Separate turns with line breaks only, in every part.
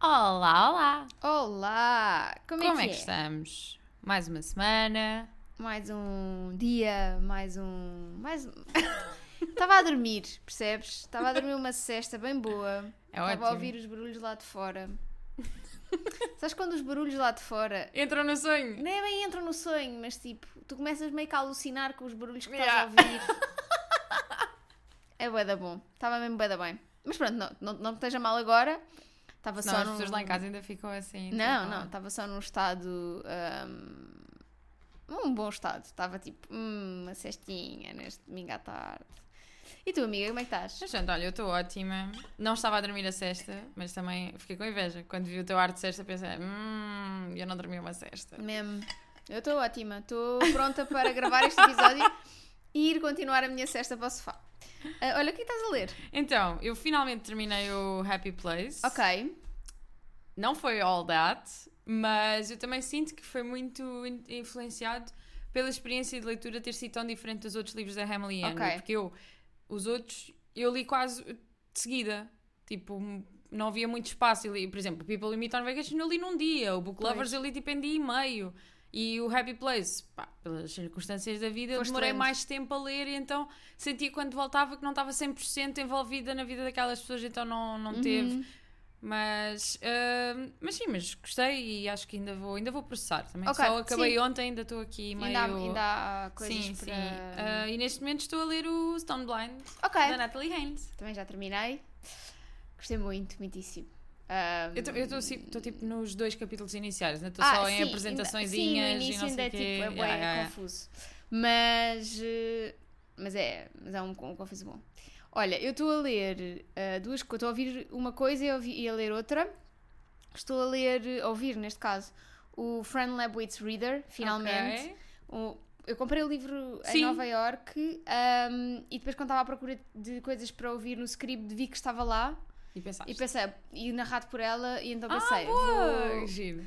Olá, olá!
Olá! Como,
Como
é
é
que,
que estamos? Mais uma semana.
é? Mais um dia, mais um. Mais um. Estava a dormir, percebes? Estava a dormir uma cesta bem boa.
É
Estava a
ótimo.
ouvir os barulhos lá de fora. Sabes quando os barulhos lá de fora
Entrou no sonho.
nem bem entram no sonho, mas tipo, tu começas meio que a alucinar com os barulhos que estás a
Yeah.
ouvir. é bué da bom. Estava mesmo bué da bem. Mas pronto, não, não, não te esteja mal agora. Estava
Senão
só
as
num-
pessoas lá em casa ainda ficam assim.
Não,
tipo,
não,
ah,
estava só num estado. hum, Um, bom estado. Estava tipo, hum, uma cestinha neste domingo à tarde. E tu, amiga, como é que estás?
Mas pronto, olha, eu estou ótima. Não estava a dormir a sesta, mas também fiquei com inveja. Quando vi o teu ar de sesta, pensei, hum, eu não dormi uma sesta.
Mesmo. Eu estou ótima, estou pronta para gravar este episódio e ir continuar a minha cesta para o sofá. Ah, olha, o que estás a ler?
Então, eu finalmente terminei o Happy Place.
Ok.
Não foi all that, mas eu também sinto que foi muito in- influenciado pela experiência de leitura ter sido tão diferente dos outros livros da Emily Henry.
Ok.
Porque eu, os outros, eu li quase de seguida. Tipo, m- não havia muito espaço. Eu li, por exemplo, People in Midtown Vacation eu li num dia. O Book
Pois.
Lovers eu li tipo em dia e meio. E o Happy Place, pá, pelas circunstâncias da vida, eu
Foste
demorei
lendo.
mais tempo a ler e então sentia quando voltava que não estava 100% envolvida na vida daquelas pessoas, então não, não
Uhum.
teve. Mas, ah, mas sim, mas gostei e acho que ainda vou, ainda vou processar também.
Ok,
Só acabei
sim.
ontem, ainda estou aqui meio...
Ainda, há, ainda há coisas
sim,
para...
sim. Ah, e neste momento estou a ler o Stone Blind,
ok,
da Natalie Haynes.
também já terminei. Gostei muito, muitíssimo. Ah,
Eu estou tipo nos dois capítulos iniciais, não estou
Ah,
só
sim,
em
ainda-
apresentaçõezinhas
Sim, no
e
início
não sei o quê.
ainda é
Ah,
tipo, é, bué
Yeah, yeah, yeah.
confuso. Mas, eh, mas é, mas é um, um confuso bom. Olha, eu estou a ler eh, duas coisas, estou a ouvir uma coisa e a, ouvi- e a ler outra. Estou a ler, a ouvir neste caso, o Fran Lebowitz Reader, finalmente.
Ok.
O- eu comprei o livro em
Sim.
Nova Iorque ahm, e depois quando estava à procura de coisas para ouvir no script vi que estava lá
E pensaste.
e pensei, e narrado por ela e então
ah,
pensei,
boa!
vou-
Giro.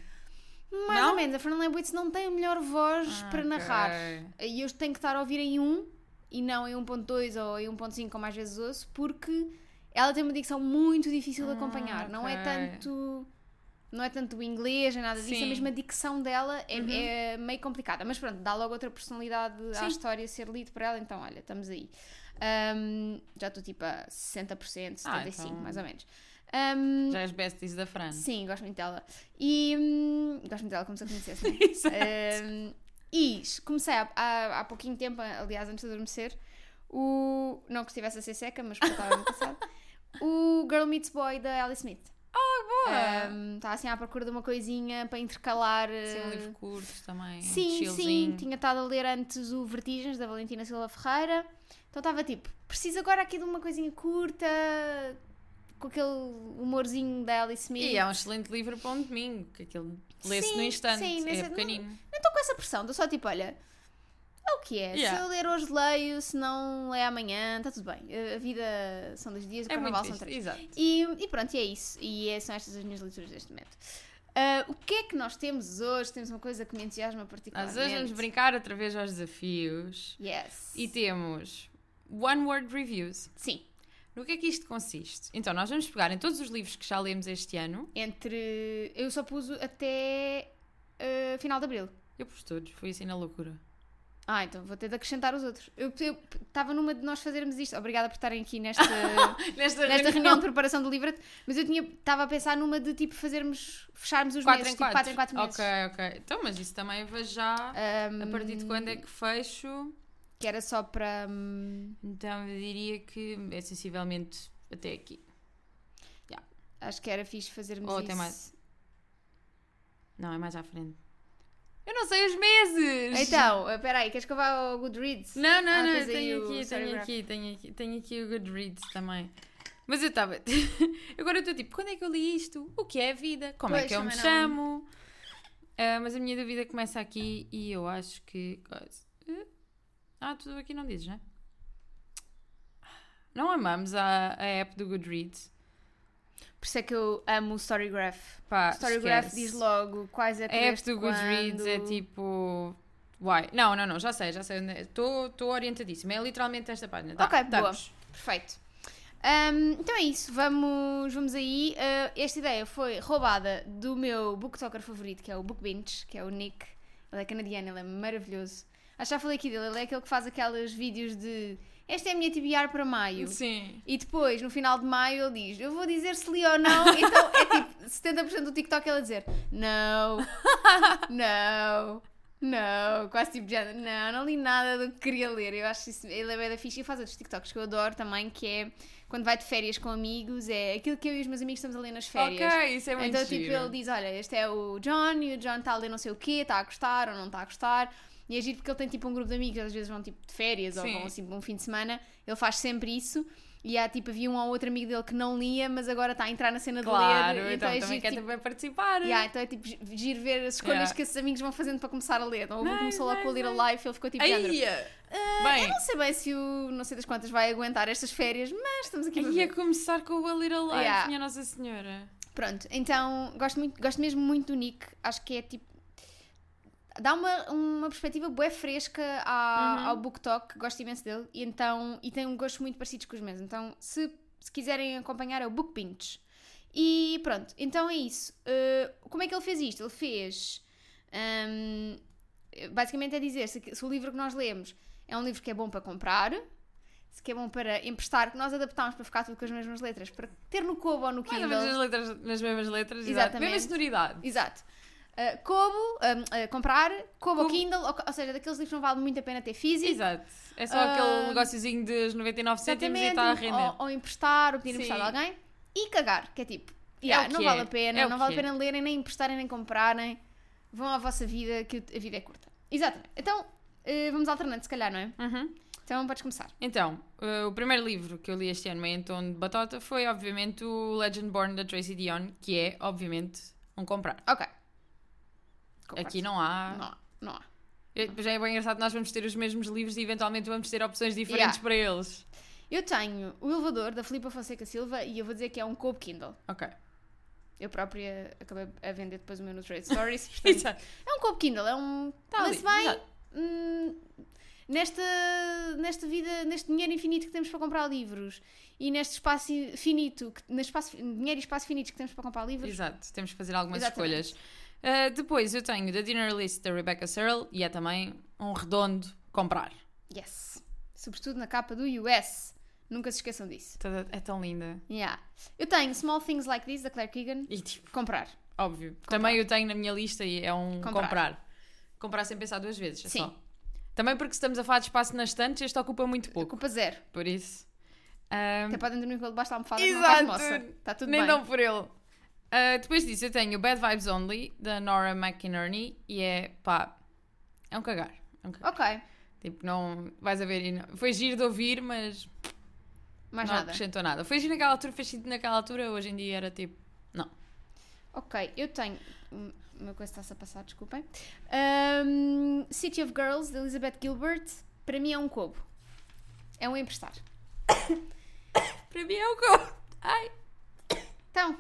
mais
Não?
ou menos, a Fernanda Leibowitz não tem a melhor voz
Ah,
para narrar.
ok.
E eu tenho que estar a ouvir em 1 e não em 1.2 ou em 1.5 como às vezes ouço, porque ela tem uma dicção muito difícil de
Ah,
acompanhar. Não é
ok.
tanto não é tanto o inglês, nem nada disso, é
Sim. Uhum.
a mesma dicção dela é, é meio complicada. Mas pronto, dá logo outra personalidade à
Sim.
história ser lido por ela, então olha, estamos aí. Ahm, já estou tipo a 60%, 75%
Ah, então-
mais ou menos. Ahm,
Já és besties da Fran.
Sim, gosto muito dela. E hum, gosto muito dela, como se eu conhecesse. Né?
Exato.
Hum, e comecei há, há, há pouquinho tempo, aliás, antes de adormecer, o. Não que estivesse a ser seca, mas que eu estava muito cansada. O Girl Meets Boy da Alice Smith.
Oh, Boa!
Hum, Estava assim à procura de uma coisinha para intercalar.
Sim, um
uh,
livro um curto também.
Sim, sim,
chillzinho.
tinha estado a ler antes o Vertigens da Valentina Silva Ferreira. Então estava tipo, preciso agora aqui de uma coisinha curta, com aquele humorzinho da Alice Smith.
E é um excelente livro para um domingo, que aquilo lê-se
Sim,
no instante,
sim, nesse-
é pequenino.
Não estou com essa pressão, estou só tipo, olha, é o que é. Se
Yeah.
eu ler hoje, leio, se não é amanhã, está tudo bem. Eh, A vida são dois dias, o
É muito
carnaval são
fixe,
três.
exato.
E, e pronto, e é isso. E é- são estas as minhas leituras deste momento. Ah, o que é que nós temos hoje? Temos uma coisa que me entusiasma particularmente.
Nós hoje vamos brincar outra vez aos desafios
Yes.
e temos One Word Reviews.
Sim,
No que é que isto consiste? Então, nós vamos pegar em todos os livros que já lemos este ano,
entre... Eu só pus até ah, final de Abril.
eu pus todos, foi assim na loucura.
Ah, então vou ter de acrescentar os outros. Eu eu- estava numa de nós fazermos isto. Obrigada por estarem aqui nesta...
Nesta,
nesta reunião de preparação do livro, mas eu tinha estava a pensar numa de tipo fazermos, fecharmos os
4
meses,
em
tipo 4 em 4 meses.
Ok, ok. Então, mas isso também vai já,
Ahm,
a partir de quando
Hum.
é que fecho?
Que era só para. hum,
Então, eu diria que é sensivelmente até aqui.
acho que era fixe fazermos
Ou
isso.
até mais. Não, é mais à frente. Eu não sei os meses!
Então, espera aí, queres que eu vá ao Goodreads?
Não, não,
Ah,
não,
tens
eu
aí
tenho
o
aqui, tenho
Storygraph.
aqui, tenho aqui, tenho aqui o Goodreads também. Mas eu estava. Agora eu estou tipo, quando é que eu li isto? O que é a vida? Como é
Pois,
que eu me
também não.
chamo? Ah, mas a minha dúvida começa aqui e eu acho que. Ah, tudo aqui não dizes, não é? Não amamos a, a app do Goodreads.
Por isso é que eu amo o Storygraph.
Pá,
O Storygraph
esquece.
diz logo quais é que
A app
leste
do Goodreads
quando.
é tipo. Uai, não, não, não, já sei, já sei. Estou orientadíssima. É literalmente esta página. Tá,
Ok, boa.
estamos.
Perfeito. Ahm, então é isso, vamos, vamos aí. Ah, esta ideia foi roubada do meu booktalker favorito, que é o Book Binge, que é o Nick. Ele é canadiano, ele é maravilhoso. Acho que já falei aqui dele, ele é aquele que faz aqueles vídeos de esta é a minha TBR para maio.
Sim.
E depois, no final de maio, ele diz: Eu vou dizer se li ou não. Então é tipo 70% do TikTok é ele a dizer: Não, não, não. Quase tipo, já, não, não li nada do que queria ler. Eu acho isso. Ele é bem da ficha e faz outros TikToks que eu adoro também, que é quando vai de férias com amigos, é aquilo que eu e os meus amigos estamos a ler nas férias.
Ok, isso é muito
Então,
giro.
tipo, ele diz: Olha, este é o John, e o John está a ler não sei o quê, está a gostar ou não está a gostar. E é giro porque ele tem tipo um grupo de amigos, às vezes vão tipo de férias ou
Sim.
vão assim para um fim de semana. Ele faz sempre isso. E há tipo, havia um ou outro amigo dele que não lia, mas agora está a entrar na cena
Claro,
de ler. e
então,
é
também
giro,
quer
tipo,
também participar.
yeah, então é tipo gi- giro ver as escolhas
Yeah.
que esses amigos vão fazendo para começar a ler. Então, o Hugo
Nice,
começou logo com o
nice,
Ler Alive, ele ficou tipo. género,
Aí,
"Ah,
bem.
eu não sei bem se o não sei das quantas vai aguentar estas férias, mas estamos aqui. para
aí
ver."
a começar com o A Little Life,
Yeah.
minha Nossa Senhora.
Pronto, então gosto, muito, gosto mesmo muito do Nick. Acho que é tipo. Dá uma, uma perspectiva bué fresca à-
Uhum.
ao Book Talk, gosto imenso dele, e, então, e tem um gosto muito parecido com os meus. Então, se, se quiserem acompanhar, é o Book Pinch. E pronto, então é isso. Uh, como é que ele fez isto? Ele fez. hum, basicamente é dizer se, se o livro que nós lemos é um livro que é bom para comprar, se que é bom para emprestar, que nós adaptámos para ficar tudo com as mesmas letras, para ter no Kobo ou no
Mais
Kindle.
ou menos as, letras, as mesmas letras, exato.
Exatamente.
mesma sonoridade.
Exato. Uh, Kobo, um, uh, comprar, Kobo ou
Kobo.
Kindle, ou, ou seja, daqueles livros que não vale muito a pena ter físico.
Exato. É só
Ah,
aquele negóciozinho dos 99 cêntimos e
Exatamente,
está a render.
Ou, ou emprestar, ou pedir
Sim.
emprestado a alguém. E cagar, que é tipo,
É
yeah,
o que
não
é,
vale a pena,
é o
não
que
vale a
é.
pena lerem, nem emprestarem, nem comprarem. Vão à vossa vida, que a vida é curta. Exatamente. Então, uh, vamos alternando, se calhar, não é?
Uhum.
Então, podes começar.
Então, eh, o primeiro livro que eu li este ano, meio em tom de batota, foi obviamente o Legend Born da Tracy Dion, que é, obviamente, um comprar.
Ok. Concordo.
Aqui não há.
Não há, não há.
Eh, Pois é, é bem engraçado, nós vamos ter os mesmos livros e eventualmente vamos ter opções diferentes
Yeah.
para eles.
Eu tenho o elevador da Filipa Fonseca Silva e eu vou dizer que é um Kobo Kindle.
Ok.
Eu própria acabei a vender depois o meu no Trade Stories. portanto,
Exato.
É um Kobo Kindle, é um.
Tá ali,
mas bem,
exato.
hum, nesta, nesta vida, neste dinheiro infinito que temos para comprar livros e neste espaço i- finito, que, neste espaço, dinheiro e espaço finitos que temos para comprar livros.
Exato, temos que fazer algumas
Exatamente.
escolhas. Eh, depois eu tenho The Dinner List da Rebecca Searle e é também um redondo comprar.
Yes! Sobretudo na capa do US. Nunca se esqueçam disso.
Toda- É tão linda.
Yeah. Eu tenho Small Things Like This da Claire Keegan.
E tipo,
Comprar.
óbvio. Também eu tenho na minha lista e é um
Comprar.
comprar. Comprar sem pensar duas vezes, é
Sim.
só. Também porque se estamos a falar de espaço nas estantes, este ocupa muito pouco.
Culpa zero.
Por isso. ahm,
Até podem dormir com ele debaixo da almofada que não faz moça. Está Então, tudo
Nem um
bem.
dão por ele. Ah, depois disso, eu tenho Bad Vibes Only, da Nora McInerney, e é pá, é um cagar. É um cagar.
Ok.
Tipo, não vais a ver. e não- Foi giro de ouvir, mas
Mais
não
nada.
acrescentou nada. Foi giro naquela altura, fez sentido naquela altura, hoje em dia era tipo, não.
Ok, eu tenho. hum, Uma coisa está-se a passar, desculpem. Ahm, City of Girls, de Elizabeth Gilbert, para mim é um cobo. É um emprestar.
Para mim é o que. Ai,
Então.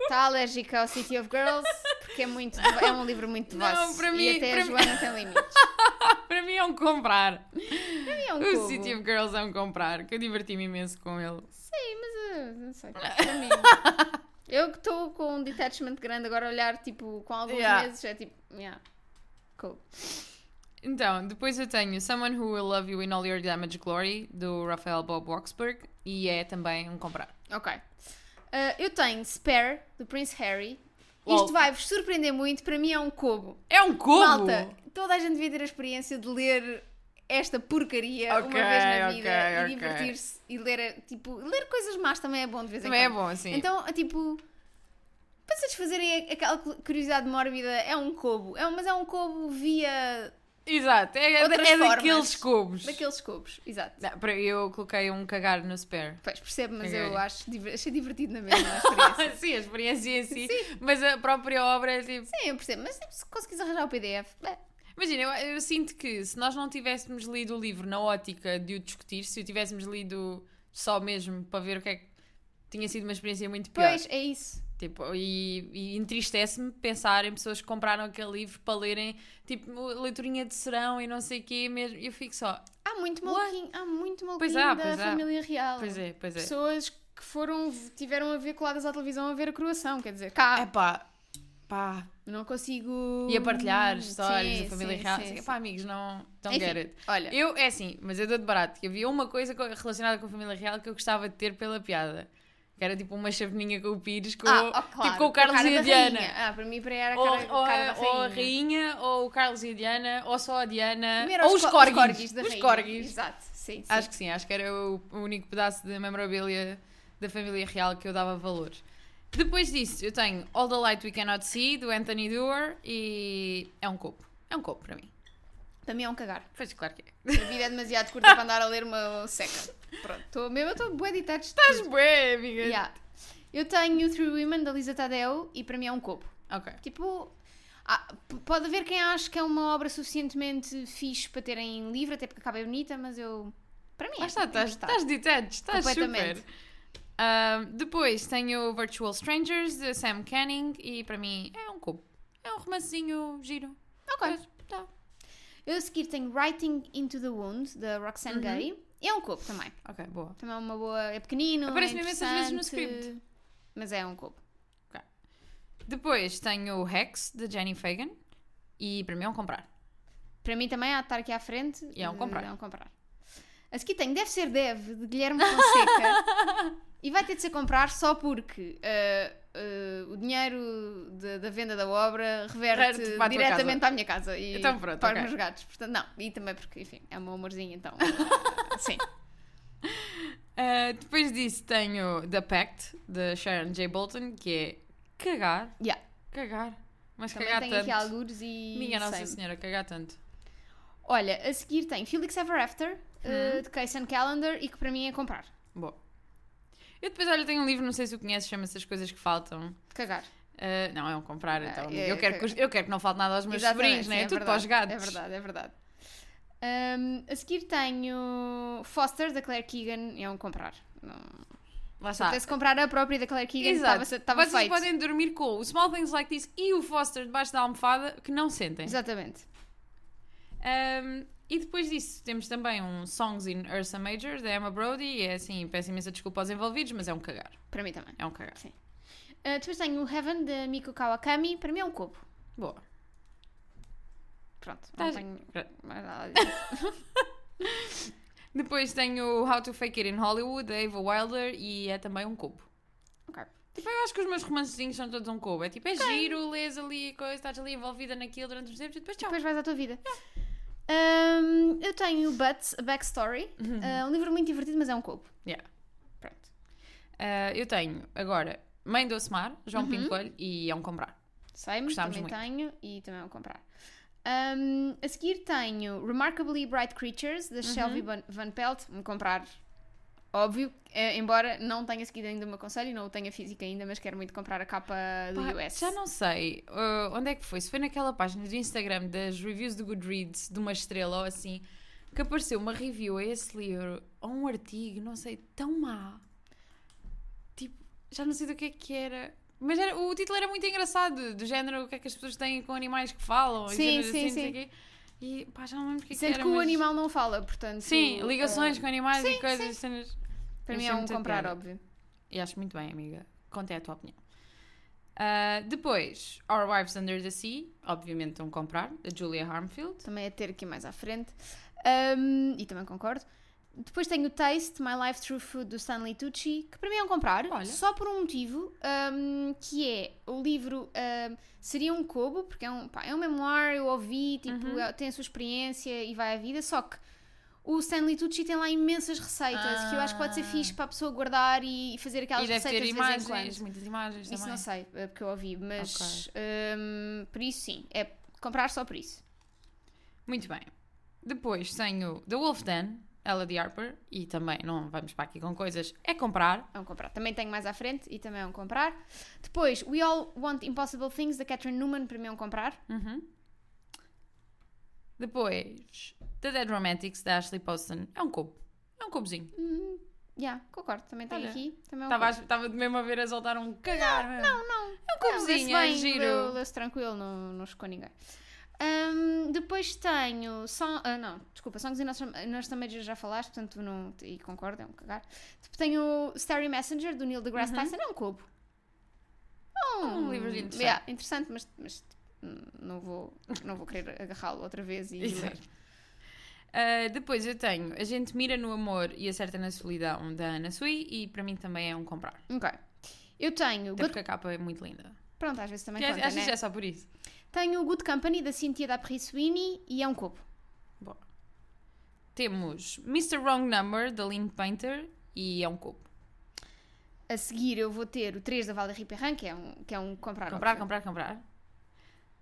Está alérgica ao City of Girls, porque é, muito, é um livro muito
Não,
devasso.
para
e
mim-
até
para
a
mim-
Joana tem limites.
para mim é um comprar.
Para mim é um
O
cobo.
City of Girls é um comprar, que eu diverti-me imenso com ele.
Sim, mas ah, não sei. Para mim. Eu que estou com um detachment grande agora a olhar, tipo, com alguns
Yeah.
meses, é tipo. Yeah. Cobo.
Então, depois eu tenho Someone Who Will Love You in All Your Damaged Glory, do Raphael Bob Waksberg, e é também um comprar.
Ok. Ah, eu tenho Spare, do Prince Harry.
Uau.
Isto vai-vos surpreender muito, para mim é um cobo.
É um cubo!
Malta, toda a gente devia ter a experiência de ler esta porcaria
Ok,
uma vez na
ok,
vida e
ok.
divertir-se e ler, tipo, ler coisas más também é bom de vez em
Também é
quando.
bom, assim.
Então, é tipo, para satisfazerem aquela curiosidade mórbida, é um cobo. É um- mas é um cobo via
Exato, é, é, da-
Outras
é
formas.
daqueles cubos.
daqueles cobos. Exato.
Não, pera, eu coloquei um cagar no spare.
Pois, percebe, mas
Ok.
eu acho, diver- achei divertido na mesma a experiência.
Sim, a experiência em si, mas a própria obra é tipo.
Sim, eu percebo, mas tipo, se conseguis arranjar o PDF, bem,
Imagina, eu, eu sinto que se nós não tivéssemos lido o livro na ótica de o discutir, se o tivéssemos lido só mesmo para ver o que é que. tinha sido uma experiência muito pior.
Pois, é isso.
Tipo, e, e entristece-me pensar em pessoas que compraram aquele livro para lerem, tipo, uma leiturinha de serão e não sei o quê, mesmo. Eu fico só.
Há Há muito
What?
maluquinho, há muito
Pois
maluquinho
há,
da
pois há.
família real.
Pois é, pois é.
Pessoas que foram, tiveram a ver coladas à televisão a ver a coroação, quer dizer, cá,
É pá, pá.
não consigo...
E a partilhar histórias
hum, Sim,
da família
sim,
real.
sim,
Assim,
sim.
Pá, amigos, não. Don't
Enfim,
get it.
Olha,
Eu, é assim, mas eu dou de barato, que havia uma coisa co- relacionada com a família real que eu gostava de ter pela piada. Que era tipo uma chaveninha com o Pires, com,
Ah,
o-
oh, claro,
tipo com o
a
Carlos
cara
e a
da
Diana. Oh,
rainha. Ah, para mim, para era a
Ou,
cara,
ou-
cara da
ou a
rainha.
rainha, ou o Carlos e a Diana, ou só a Diana,
Para mim era
ou os
co-
corgis.
da
os
rainha.
corgis.
Exato, sim, sim.
Acho que sim, acho que era o o único pedaço de memorabilia da família real que eu dava valor. Depois disso, eu tenho All the Light We Cannot See, do Anthony Doerr, e é um copo. É um copo para mim.
Para mim é um cagar.
Pois, claro que é.
A vida é demasiado curta para andar a ler uma seca. Pronto, estou mesmo, eu estou bué de touch.
Estás bué, amiga.
Yeah. Eu tenho Three Women da Lisa Tadeu e para mim é um copo.
Ok.
Tipo, ah, p- pode haver quem ache que é uma obra suficientemente fixe para terem em livro, até porque acaba bonita, mas eu. Para mim,
Lá está,
é, tem que
estás,
estar.
estás detached, estás
Completamente.
super. Ahm, depois tenho Virtual Strangers, de Sam Canning, e para mim é um cubo. É um romancinho giro.
Ok.
Tá.
Eu a seguir tenho Writing into the Wound da
Uhum.
Roxane Gay. É um copo também.
Ok, boa.
Também é uma boa. É pequenino.
Aparece
é
mesmo essas vezes no
interessante,
script.
Mas é um copo.
Depois tenho Hex, de Jenny Fagan, e para mim é um comprar.
Para mim também há de estar aqui à frente.
E é um
de-
comprar.
É um comprar. A seguir tenho Deve Ser Deve, de Guilherme Fonseca. e vai ter de ser comprar só porque ah, ah, o dinheiro de- da venda da obra reverte
Reverte para a tua
diretamente
casa.
à minha casa. E
Então pronto,
Para
ok.
os meus gatos. Portanto, não. E também porque, enfim, é o meu amorzinho, então. ah, sim.
Ah, depois disso tenho The Pact, de Sharon J. Bolton, que é cagar,
Yeah.
cagar, mas
Também
cagar
tenho
tanto.
aqui algures e.
Minha Nossa
sei-me.
Senhora, cagar tanto.
Olha, a seguir tem Felix Ever After,
Hum?
ah, de Case and Calendar, e que para mim é comprar.
Bom. Eu depois, olha, tenho um livro, não sei se o conheces, chama-se As Coisas que Faltam.
Cagar.
Uh, não, é um comprar, então.
Ah,
amiga.
é,
eu, quero que, os- eu quero que não falte nada aos meus
Exatamente,
sobrinhos,
sim,
né? É, tudo
verdade,
para os gatos.
É verdade, é verdade. Hum, a seguir tenho Foster, da Claire Keegan. É um comprar. Não...
Lá
Se
está.
pudesse comprar a própria da Claire Keegan,
Tá. Exato.
estava
Vocês
feito.
podem dormir com o Small Things Like This e o Foster debaixo da almofada que não sentem.
Exatamente.
Um, e depois disso, temos também um Songs in Ursa Major da Emma Brody. E é assim, peço imensa desculpa aos envolvidos, mas é um cagar.
Para mim também.
É um cagar.
Ah, depois tenho o Heaven, da Miko Kawakami. Para mim é um cubo.
Boa.
Pronto. Não
Estás-
tenho mais nada a dizer.
Depois tenho How to Fake It in Hollywood da Ava Wilder e é também um cubo.
Ok.
Tipo, eu acho que os meus romancezinhos são todos um cubo. É tipo, é giro, lês ali a coisa, estás ali envolvida naquilo durante os tempos e depois tchau.
Depois vais à tua vida. Hum, eu tenho Butts, a Backstory. Ah, um livro muito divertido, mas é um cubo.
Uhum. Yeah.
Pronto.
Ah, eu tenho agora Mãe do Ocemar, João
Uhum.
Pinto Coelho e é um comprar.
Sei-me,
Gostámos
também tenho e também vou comprar. Um, a seguir tenho Remarkably Bright Creatures,
Uhum.
da Shelby Van- Van Pelt. Vou comprar, óbvio, eh, embora não tenha seguido ainda o meu conselho, não o tenha física ainda, mas quero muito comprar a capa do
Pá,
US.
Já não sei ah, onde é que foi, se foi naquela página do Instagram das reviews do Goodreads de uma estrela ou assim, que apareceu uma review a esse livro, ou um artigo, não sei, tão má. Tipo, já não sei do que é que era. Mas era- o título era muito engraçado, do género o que é que as pessoas têm com animais que falam, e
Sim,
cenas
sim,
assim, não sei
sim.
o quê. E pá, já não lembro o que é que
Sendo
era.
que o
mas-
animal não fala, portanto.
Sim,
eh,
ligações com animais
sim,
e coisas, cenas.
para
Eu
mim é
sei
um
muita
comprar,
piada.
óbvio.
E acho muito bem, amiga. Conta é a tua opinião. Ah, depois, Our Wives Under the Sea, obviamente vão comprar, da Julia Harmfield.
Também é ter aqui mais à frente. Um, e também concordo. Depois tenho o Taste, My Life Through Food, do Stanley Tucci, que para mim é um comprar,
Olha.
só por um motivo, um, que é, o livro um, seria um cobo, porque é um, pá, é um memoir, eu ouvi, tipo,
Uhum.
é- tem a sua experiência e vai à vida, só que o Stanley Tucci tem lá imensas receitas, que eu acho que pode ser
Ah.
fixe para a pessoa guardar e, e fazer aquelas
e deve ter
receitas de vez em quando.
imagens, é. muitas imagens
Isso
também.
não sei, eh, porque eu ouvi, mas um, por isso sim, é comprar só por isso.
Muito bem. Depois tenho The Wolf Den, Ella de Harper, e também não vamos para aqui com coisas, é comprar.
É um comprar. Também tenho mais à frente e também é um comprar. Depois, We All Want Impossible Things, da Catherine Newman, para mim é um comprar.
Uhum. Depois, The Dead Romantics, da Ashley Poston, é um cubo. É um cubozinho.
Já, concordo. Também tenho
Olha,
aqui. Também é um
Estava estava mesmo a ver a soltar um cagar. Não, não. É um
comprar. Não, lê-se
cubozinho, é
bem,
giro.
lê- lê-se tranquilo, não, não chocou ninguém. Ahm, depois tenho. Song, ah, não, desculpa, Songs e nós, nós também já falaste, portanto não. E concordo, é um cagar. Tipo, tenho Starry Messenger do Neil deGrasse
Uhum.
Tyson, é um cubo. É
Um livro interessante.
yeah, interessante, mas, mas hum, não, vou, não vou querer agarrá-lo outra vez e ler.
Exato. Ah, depois eu tenho A Gente Mira no Amor e Acerta na Solidão, da Ana Sui, e para mim também é um comprar.
Ok. Eu tenho.
Até
Good,
porque a capa é muito linda.
pronto, às vezes também
Acho-
conta,
acho
né?
que é só por isso.
Tenho Good Company da Cynthia da Sweeney e é um cubo.
Bom. Temos Mr. Wrong Number, da Lynn Painter, e é um cubo.
A seguir eu vou ter o 3 da Valérie Perrin, que é um, que é um comprar.
Comprar,
óbvio.
comprar, comprar.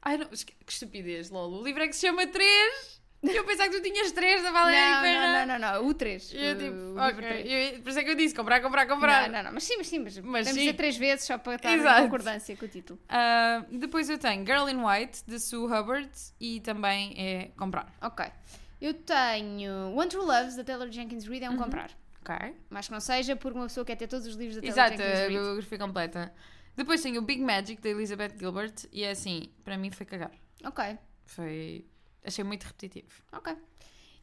Ai, não, esque- que estupidez, Lolo. O livro é que se chama 3. Eu pensava que tu tinhas 3 da Valéria
Não,
Ferran.
não, não, não, o 3.
Eu
o
tipo,
livro três.
ok. Eu, por isso é que eu disse comprar, comprar, comprar.
Não, não, não, mas sim, mas sim, mas,
Mas
podemos
sim.
dizer três vezes só para estar
Exato.
em concordância com o título.
Ah, depois eu tenho Girl in White, de Sue Hubbard, e também é comprar.
Ok. Eu tenho One True Loves da Taylor Jenkins Reid, é um
Uhum.
comprar.
Ok.
Mas que não seja porque uma pessoa quer ter todos os livros da Taylor
Exato, a
um Jenkins Reid.
biografia completa. Depois tenho o Big Magic, da Elizabeth Gilbert, e é assim, para mim foi cagar.
Ok,
Foi. Achei muito repetitivo.
ok.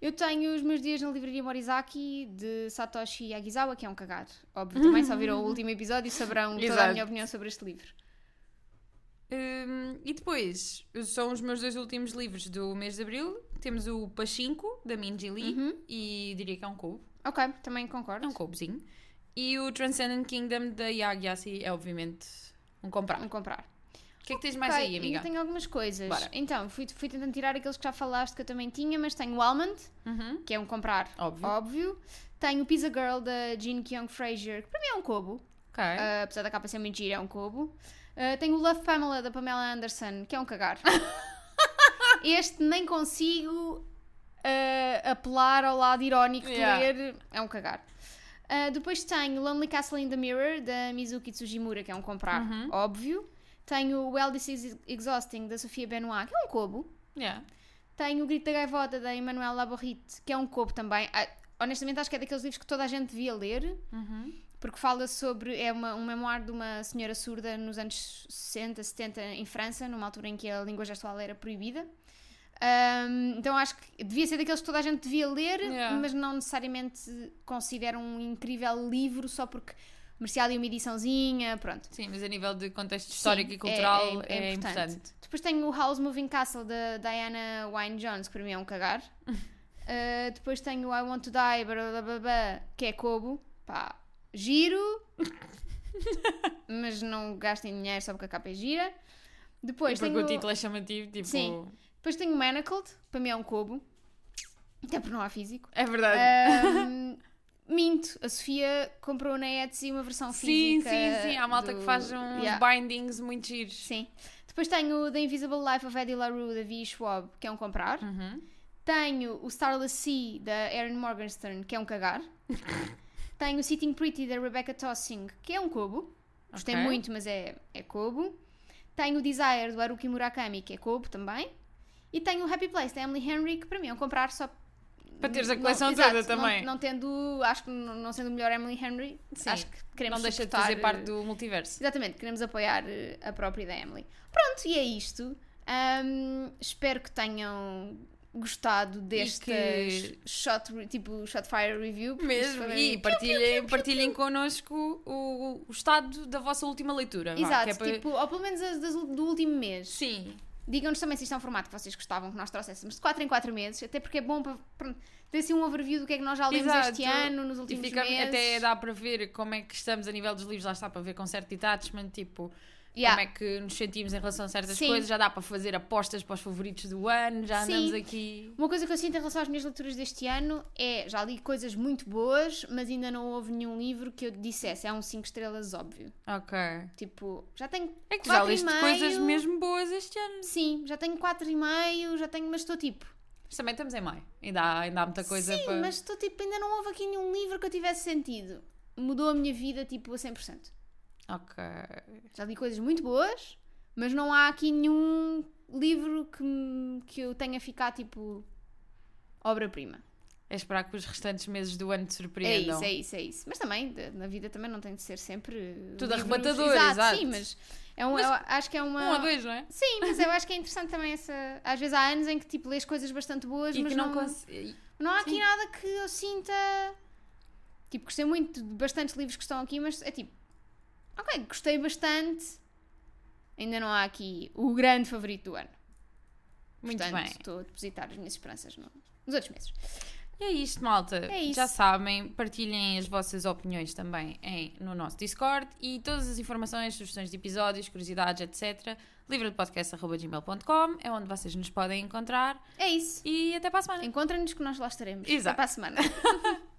Eu tenho os meus dias na livraria Morizaki de Satoshi Yagizawa, que é um cagar. Óbvio, também só viram o último episódio e saberão toda a
Exato.
minha opinião sobre este livro.
Hum, e depois, são os meus dois últimos livros do mês de Abril. Temos o Pachinko, da Minji Lee,
Uhum.
e diria que é um cubo.
Ok, também concordo.
É um cubozinho. E o Transcendent Kingdom, da Yag Yassi, é obviamente um comprar.
Um comprar.
O que é que tens mais
Ok,
aí, amiga?
Ainda tenho algumas coisas.
Bora.
Então, fui, fui tentando tirar aqueles que já falaste que eu também tinha, mas tenho o Almond,
Uhum,
que é um comprar
Óbvio.
óbvio. Tenho o Pizza Girl da Jean Kyung Fraser, que para mim é um cobo.
Ok.
Ah, apesar da capa ser muito gira, é um cobo. Ah, tenho o Love Pamela da Pamela Anderson, que é um cagar. este nem consigo ah, apelar ao lado irónico de
Yeah.
ler, é um cagar. Ah, depois tenho Lonely Castle in the Mirror da Mizuki Tsujimura, que é um comprar,
Uhum.
óbvio. Tenho Well This Is Exhausting da Sofia Benoit, que é um cobo.
Yeah.
Tenho o Grito da Gaivota da Emmanuel Laborrite, que é um cobo também. Ah, honestamente, acho que é daqueles livros que toda a gente devia ler
Uhum.
porque fala sobre. É uma, um memoir de uma senhora surda nos anos 60, 70 em França, numa altura em que a língua gestual era proibida. Ahm, então acho que devia ser daqueles que toda a gente devia ler,
Yeah.
mas não necessariamente considero um incrível livro só porque merecia ali uma ediçãozinha, pronto.
Sim, mas a nível de contexto
Sim,
histórico
é-
e cultural
é-
é,
é importante.
importante.
Depois tenho o House Moving Castle da Diana Wynne Jones, que para mim é um cagar. Ah, depois tenho o I Want to Die, blá, blá, blá, blá, que é Kobo. Pá, giro, mas não gastem dinheiro só porque a capa é gira.
E
Depois
porque
tenho,
o título é chamativo, tipo.
Sim. depois tenho o Manacled, que para mim é um Kobo. Até porque não há físico.
É
Eh,
verdade.
Ahm, minto, a Sofia comprou na Etsy uma versão
sim,
física.
sim, sim. Há malta que
do-
faz uns
Yeah.
bindings muito giros.
Sim. Depois tenho o The Invisible Life of Eddie LaRue da V. Schwab, que é um comprar.
Uhum.
Tenho o Starless Sea da Erin Morgenstern, que é um cagar. tenho o Sitting Pretty da Rebecca Tossing, que é um cobo. Gostei
Ok.
muito, mas é, é cobo. Tenho o Desire do Haruki Murakami, que é cobo também. E tenho o Happy Place da Emily Henry, que para mim é um comprar só.
Para teres a
não-
coleção
exato,
toda
não-
também.
Não, tendo, acho que não, não sendo o melhor Emily Henry,
Sim.
acho que queremos
não deixa de
suportar,
fazer parte
eh,
do multiverso.
Exatamente, queremos apoiar eh, a própria da Emily. Pronto, e é isto. Ahm, espero que tenham gostado destes
que-
shot, re- tipo, shot fire review. porque isto
Mesmo,
foi- tipo,
e partilhem, partilhem connosco o, o estado da vossa última leitura. vá,
Exato,
que é para-
tipo, ou pelo menos as das ul- do último mês.
Sim,
Digam-nos também se isto é um formato que vocês gostavam que nós trouxéssemos de 4 em 4 meses, até porque é bom para pronto, ter assim um overview do que é que nós já lemos
Exato.
este ano, nos
e
últimos
fica,
meses.
até dá para ver como é que estamos a nível dos livros, lá está para ver com certo detachment, tipo,
Yeah.
como é que nos sentimos em relação a certas
Sim.
coisas, já dá para fazer apostas para os favoritos do ano, já
Sim.
andamos aqui.
Uma coisa que eu sinto em relação às minhas leituras deste ano é já li coisas muito boas, mas ainda não houve nenhum livro que eu dissesse é um 5 estrelas óbvio.
Ok. É
Tipo, já tenho
que tu já
quatro e
leste
meio.
coisas mesmo boas este ano.
Sim, já tenho 4,5, já tenho, mas estou tipo.
Mas também estamos em maio. Ainda há, ainda há muita coisa
Sim,
para.
mas estou tipo, ainda não houve aqui nenhum livro que eu tivesse sentido. Mudou a minha vida tipo a 100%.
Ok.
Já li coisas muito boas, mas não há aqui nenhum livro que, me- que eu tenha ficado tipo obra-prima.
É esperar que os restantes meses do ano te
É
surpreendam.
isso, é isso, é isso. Mas também, de- na vida também não tem de ser sempre. eh,
Tudo
livros-
arrebatador, exato.
Sim, mas, é um,
Mas
eu acho que é uma.
Um a dois, não é?
Sim, mas eu acho que é interessante também essa. Às vezes há anos em que tipo lês coisas bastante boas,
E
mas
que não,
não,
conse-
não há aqui
Sim.
nada que eu sinta. Tipo, gostei muito de bastantes livros que estão aqui, mas é tipo. Ok, gostei bastante. Ainda não há aqui o grande favorito do ano.
Muito
Portanto,
bem.
estou a depositar as minhas esperanças no- nos outros meses.
E é isto, malta.
É isso.
Já sabem, partilhem as vossas opiniões também em, no nosso Discord e todas as informações, sugestões de episódios, curiosidades, etc. livrodepodcast.gmail.com é onde vocês nos podem encontrar
É isso.
e até para a semana.
Encontra-nos que nós lá estaremos.
Exato.
Até para a semana.